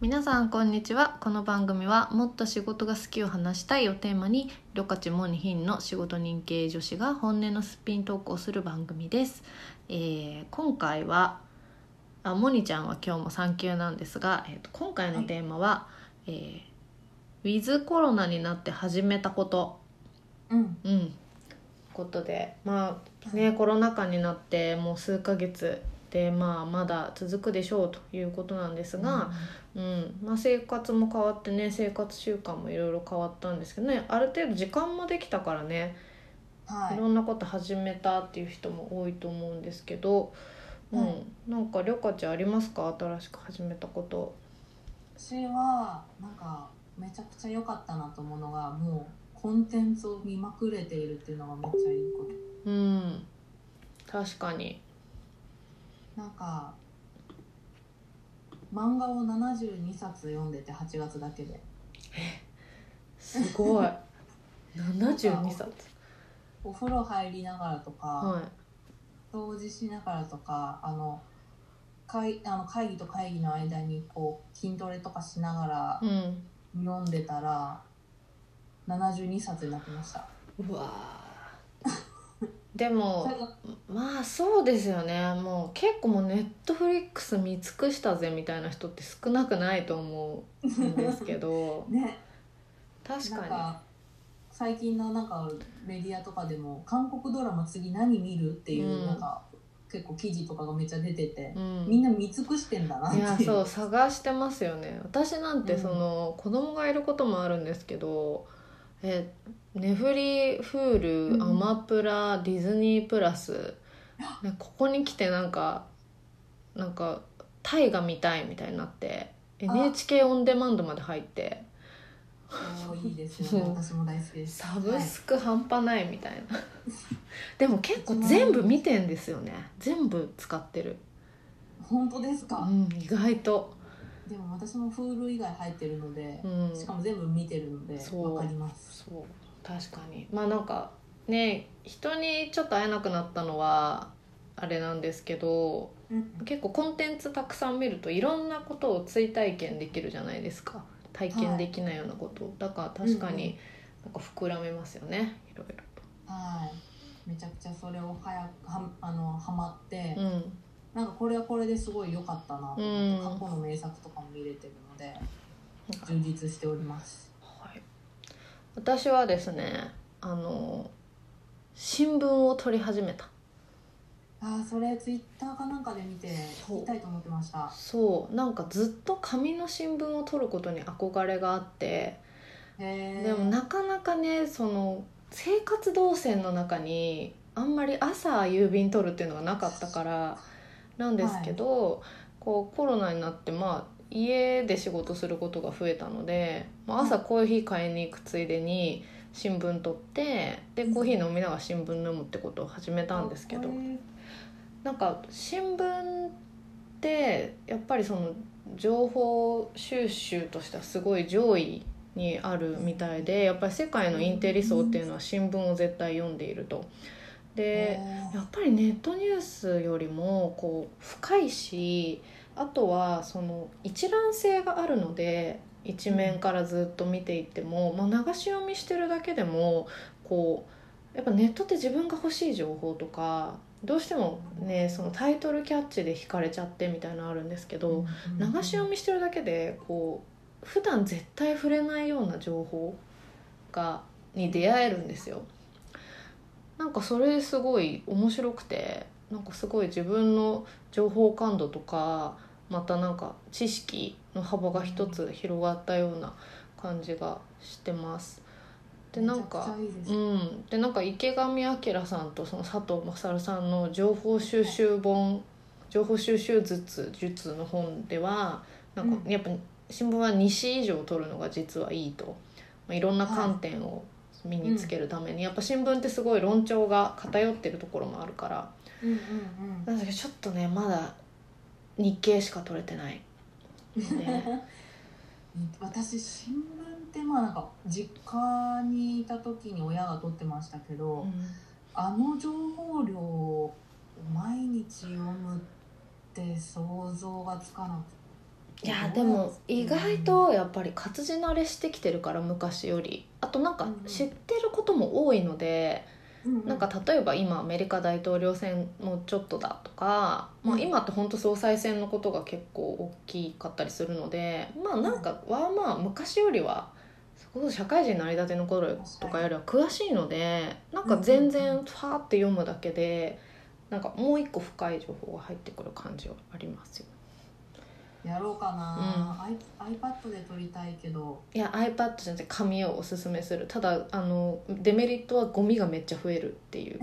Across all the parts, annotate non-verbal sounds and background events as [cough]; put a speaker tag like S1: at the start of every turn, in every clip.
S1: 皆さんこんにちはこの番組はもっと仕事が好きを話したいをテーマにロカチモニヒンの仕事人系女子が本音のすっぴん投稿する番組です、えー今回はあモニちゃんは今日も産休なんですが、えーと今回のテーマは、えーウィズコロナになって始めたこと
S2: うん、
S1: うんことでまあねコロナ禍になってもう数ヶ月でまあまだ続くでしょうということなんですが、うんまあ、生活も変わってね生活習慣もいろいろ変わったんですけどねある程度時間もできたからね、
S2: はい
S1: い、ろんなこと始めたっていう人も多いと思うんですけど、うん
S2: はい
S1: なんかりょかちゃんありますか新しく始めたこと。
S2: 私はなんかめちゃくちゃ良かったなと思うのがもうコンテンツを見まくれているっていうのがめっちゃいいこと
S1: うん確かに
S2: なんか漫画を72冊読んでて8月だけです
S1: ご [laughs] い72冊
S2: お風呂入りながらとか、
S1: はい
S2: 掃除しながらとかあの会あの会議と会議の間にこう筋トレとかしながら
S1: うん
S2: 読んでたら72冊になってました
S1: うわーで [laughs]
S2: それ
S1: も
S2: が
S1: まあそうですよねもう結構もうネットフリックス見尽くしたぜみたいな人って少なくないと思うんですけ
S2: [laughs]
S1: ど
S2: ね
S1: 確
S2: なん
S1: か
S2: か最近のなんかメディアとかでも韓国ドラマ次何見るっていう、
S1: うん
S2: なんか結構記事とかがめっちゃ出てて
S1: に、う、
S2: みん
S1: ん、
S2: な見尽くしてんだなっ
S1: い
S2: ていう [laughs]
S1: やそう探してますよね私なんて
S2: うん
S1: その、子供がいることもあるんですけどえネフリフー
S2: うん
S1: ルアマプラディズニープラス、ねここに来てなんかなんか大河見たいみたいになって NHK オンデマンドまで入って
S2: そういいですよね
S1: そう
S2: 私も大好きです
S1: サブスク半端ないみたいなでも結構全部見てんですよね全部使ってる、
S2: 本当です
S1: う
S2: か、
S1: ん、意外と、
S2: でも私も Hulu 以外入ってるので
S1: う、ん、
S2: し
S1: そ
S2: か
S1: う
S2: も全部見てるので
S1: そう
S2: わかります
S1: 確かにまあなんかね人にちょっと会えなくなったのはあれなんですけど
S2: うん
S1: 結構コンテンツたくさん見るといろんなことを追体験できるじゃないですか体験できないようなこと、だから確かになんか膨らめますよねいろい
S2: はいめちゃくちゃそれを早くはあのハマって、
S1: ろうん
S2: なんかこれはこれですごい良かったなと思って、
S1: うん
S2: 過去の名作とかも見れてるので充実しております
S1: はい、私はですねあの新聞を取り始めた
S2: ああそれツイッターかなんかで見て
S1: そう
S2: 聞きたいと思ってました
S1: そうなんかずっと紙の新聞を取ることに憧れがあって
S2: へえ
S1: でもなかなかねその生活動線の中にあんまり朝郵便取るっていうのがなかったからなんですけど、こうコロナになってまあ家で仕事することが増えたので、まあ、朝コーヒー買いに行くついでに新聞取ってでコーヒー飲みながら新聞読むってことを始めたんですけど
S2: あこういう
S1: なんか新聞ってやっぱりその情報収集としてはすごい上位にあるみたいでやっぱり世界のインテリ層っていうのは新聞を絶対読んでいると。で
S2: へー
S1: やっぱりネットニュースよりもこう深いしあとはその一覧性があるので一面からずっと見ていっても、まあ、流し読みしてるだけでもこうやっぱネットって自分が欲しい情報とかどうしてもねそのタイトルキャッチで惹かれちゃってみたいなのあるんですけど、流し読みしてるだけでこう普段絶対触れないような情報がに出会えるんですよ。なんかそれすごい面白くてなんかすごい自分の情報感度とかまたなんか知識の幅が一つ広がったような感じがしてます。でなんか
S2: めちゃくちゃいいです
S1: うん、でなんか池上彰さんとその佐藤勝さんの情報収集本情報収集術術の本ではなんか
S2: うん
S1: やっぱ新聞は2紙以上取るのが実はいいと、まあ、いろんな観点を身につけるために、やっぱ新聞ってすごい論調が偏ってるところもあるから
S2: うんうんう
S1: なんですけどちょっとねまだ日経しか取れてない、 [laughs] ね、
S2: ん [laughs] 私新聞ってまあなんか実家にいた時に親が撮ってましたけど、あの情報量を毎日読むって想像がつかなく
S1: いやでも意外とやっぱり活字慣れしてきてるから昔よりあとなんか知ってることも多いので、なんか例えば今アメリカ大統領選もちょっとだとか、まあ、今って本当総裁選のことが結構大きかったりするのでまあなんかはまあ昔よりはそこそ社会人成り立ての頃とかよりは詳しいのでなんか全然ファーって読むだけでなんかもう一個深い情報が入ってくる感じはありますよね。
S2: やろうかな、うん、iPad で撮りたいけ [laughs] ど
S1: いや iPad じゃなくて紙をおすすめするただあのデメリットはゴミがめっちゃ増えるって [laughs] いう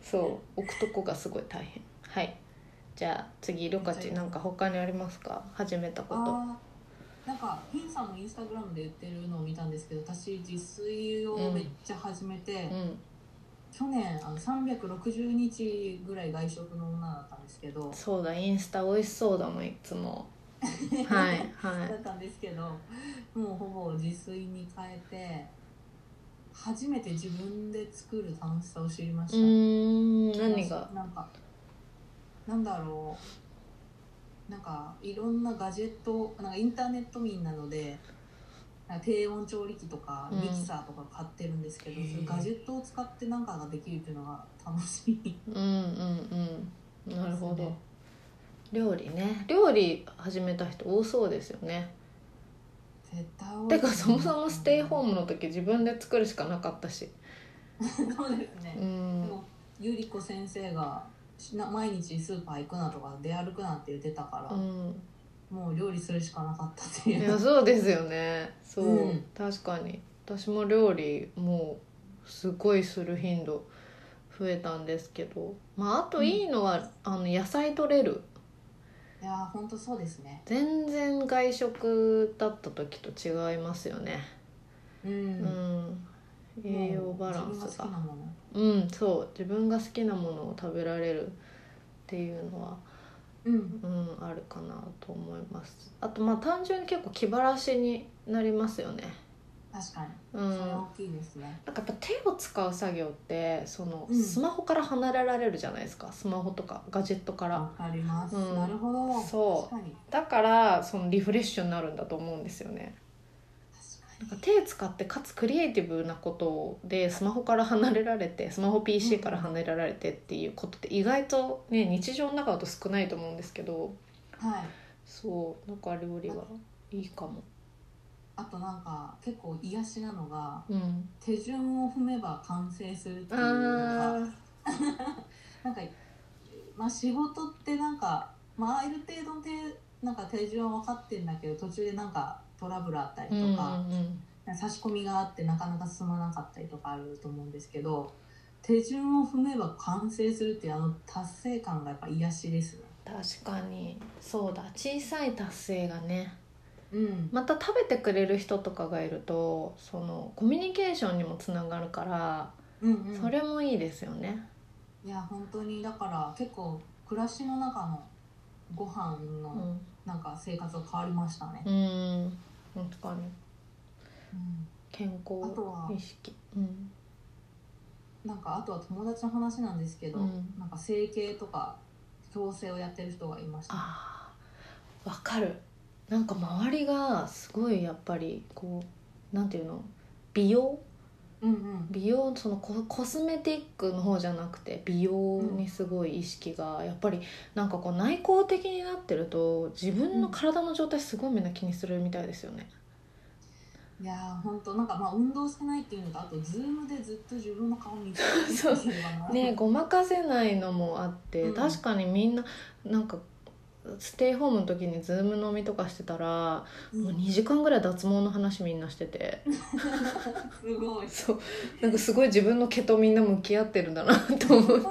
S1: そう置くとこがすごい大変はいじゃあ次ロカチなんか他にありますか始めたこと
S2: なんかペンさんのインスタグラムで売ってるのを見たんですけど私自炊をめっちゃ始めて、うんうん去年あの360日ぐらい外食の女だったんですけど
S1: そうだインスタ美味しそうだもんいつもはいはい
S2: だったんですけどもうほぼ自炊に変えて初めて自分で作る楽しさを知
S1: [laughs]
S2: りました
S1: うん何が
S2: なんかなんだろうなんかいろんなガジェットなんかインターネット民なので低温調理器とかミキサーとか買ってるんですけど、うん、そういうガジェットを使って何かができるっていうのが楽しみ
S1: うんうんうんなるほど、ね、料理ね料理始めた人多そうですよね
S2: 絶対多
S1: い [laughs] てかそもそもステイホームの時自分で作るしかなかったし
S2: [laughs] そうですね、うん、でもゆり子先生が毎日スーパー行くなとか出歩くなって言ってたから、うんもう料理するしかなかったってい
S1: い
S2: う
S1: やそうですよねそう、うん、確かに私も料理もうすごいする頻度増えたんですけどまああといいのは、うん、あの野菜取れる
S2: いやほんとそうですね
S1: 全然外食だった時と違いますよね
S2: うん、
S1: うん、栄養バランスがうんそう自分が好きなものを食べられるっていうのは
S2: うん、
S1: うん、あるかなと思いますあとまあ単純に結構気晴らしになりますよね
S2: 確かに、うん、それ大きいですね
S1: なんかやっぱ手を使う作業ってその、うん、スマホから離れられるじゃないですかスマホとかガジェットから
S2: わかります、うん、なるほど
S1: そうだからそのリフレッシュになるんだと思うんですよねなんか手使ってかつクリエイティブなことでスマホから離れられてスマホ PC から離れられてっていうことって意外と、ね、日常の中だと少ないと思うんですけど、
S2: はい、
S1: そうなんか料理はいいかも。
S2: あとなんか結構癒しなのが、
S1: うん、
S2: 手順を踏めば完成するっていうのがなんか、まあ、仕事ってなんか、まあ、ある程度の手なんか手順は分かってんだけど途中でなんかトラブルあったりとか、うんうん、差し込みがあってなかなか進まなかったりとかあると思うんですけど手順を踏めば完成するってあの達成感がやっぱ癒しですね
S1: 確かにそうだ小さい達成がね、
S2: うん、
S1: また食べてくれる人とかがいるとそのコミュニケーションにもつながるから、
S2: うんうん、
S1: それもいいですよね、
S2: いや本当にだから結構暮らしの中のご飯の、うんなんか生活が変わりましたね。うん
S1: 確かに。
S2: うん、
S1: 健康意識。うん。
S2: なんかあとは友達の話なんですけど、うん、なんか整形とか矯正をやってる人がいました。
S1: ああ、わかる。なんか周りがすごいやっぱりこうなんていうの美容。
S2: うんうん、
S1: 美容そのココスメティックの方じゃなくて美容にすごい意識が、うん、やっぱりなんかこう内向的になってると自分の体の状態すごいみんな気にするみたいですよね。
S2: うん、いやーほんとなんかまあ運動してないっていうのとあとズームでずっと自分の顔見て
S1: [laughs] るね
S2: [laughs]
S1: ごまかせないのもあって、うん、確かにみんななんかステイホームの時にズーム飲みとかしてたら、うん、もう2時間ぐらい脱毛の話みんなしてて
S2: すごい
S1: そうなんかすごい自分の毛とみんな向き合ってるんだなと思う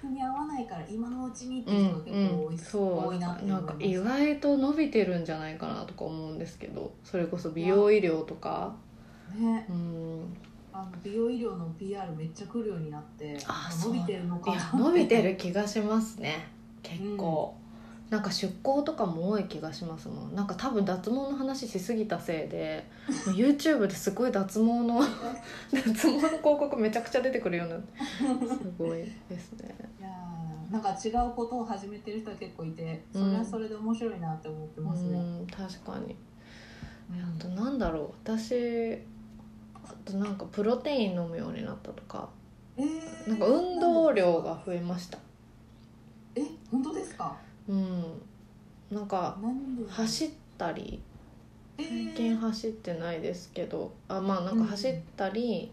S2: 人に合わないから今のうちにっていうのが結構多い,、
S1: そうなんか意外と伸びてるんじゃないかなとか思うんですけどそれこそ美容医療とか
S2: ね
S1: うん
S2: あの美容医療の PR めっちゃ来るようになって
S1: あ
S2: 伸びてるのか
S1: 伸びてる気がしますね結構、
S2: う
S1: なんか出向とかも多い気がしますもんなんか多分脱毛の話しすぎたせいで YouTube ですごい脱毛の [laughs] 脱毛の広告めちゃくちゃ出てくるようなすごいです
S2: [laughs]
S1: ね
S2: いやーなんか違うことを始めてる人は結構いてそれはそれで面白いなって思って
S1: う
S2: ますね。
S1: ん確かに
S2: うん
S1: あとなんだろう私あとなんかプロテイン飲むようになったとか
S2: えー
S1: なんか運動量が増えました
S2: え本当ですか
S1: うんなんか
S2: 何で
S1: 走ったり
S2: え
S1: 最
S2: ー
S1: 近走ってないですけどあまあなんか走ったり、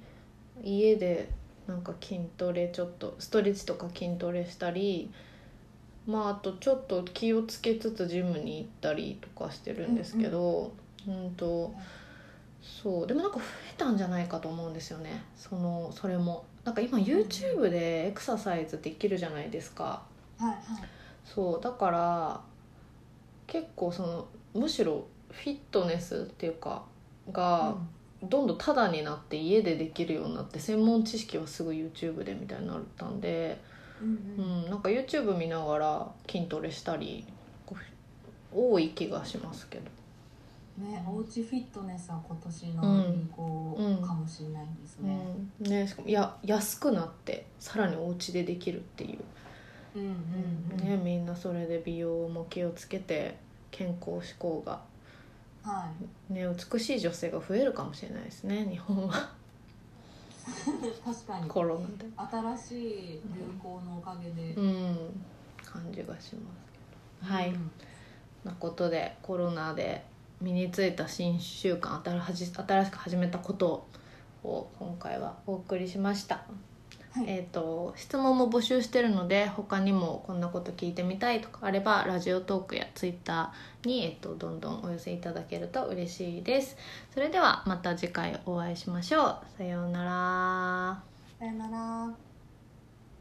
S1: 家でなんか筋トレちょっとストレッチとか筋トレしたりまああとちょっと気をつけつつジムに行ったりとかしてるんですけどうん,、とそうでもなんか増えたんじゃないかと思うんですよねそのそれもなんか今 YouTube でエクササイズできるじゃないですか
S2: はいはい
S1: そうだから結構そのむしろフィットネスっていうかがどんどんタダになって家でできるようになって専門知識はすぐ YouTube でみたいになったんで、
S2: うん
S1: う
S2: うんうん
S1: ん、なんか YouTube 見ながら筋トレしたりこう多い気がしますけど
S2: ねおうちフィットネスは今年の流行かもしれないですね。
S1: うんねしかもいや安くなってさらにお家でできるっていう
S2: うんうんうん
S1: ねみんなそれで美容も気をつけて健康志向が
S2: は
S1: ね美しい女性が増えるかもしれないですね日本は
S2: い確かに
S1: コロナで
S2: 新しい流行のおかげで、
S1: うん感じがしますけどはい、
S2: うん
S1: なことでコロナで身についた新習慣新し新しく始めたことを今回はお送りしました、
S2: はい
S1: えっ、と質問も募集してるので他にもこんなこと聞いてみたいとかあればラジオトークやツイッターに、えっとどんどんお寄せいただけると嬉しいですそれではまた次回お会いしましょうさようなら
S2: さよなら。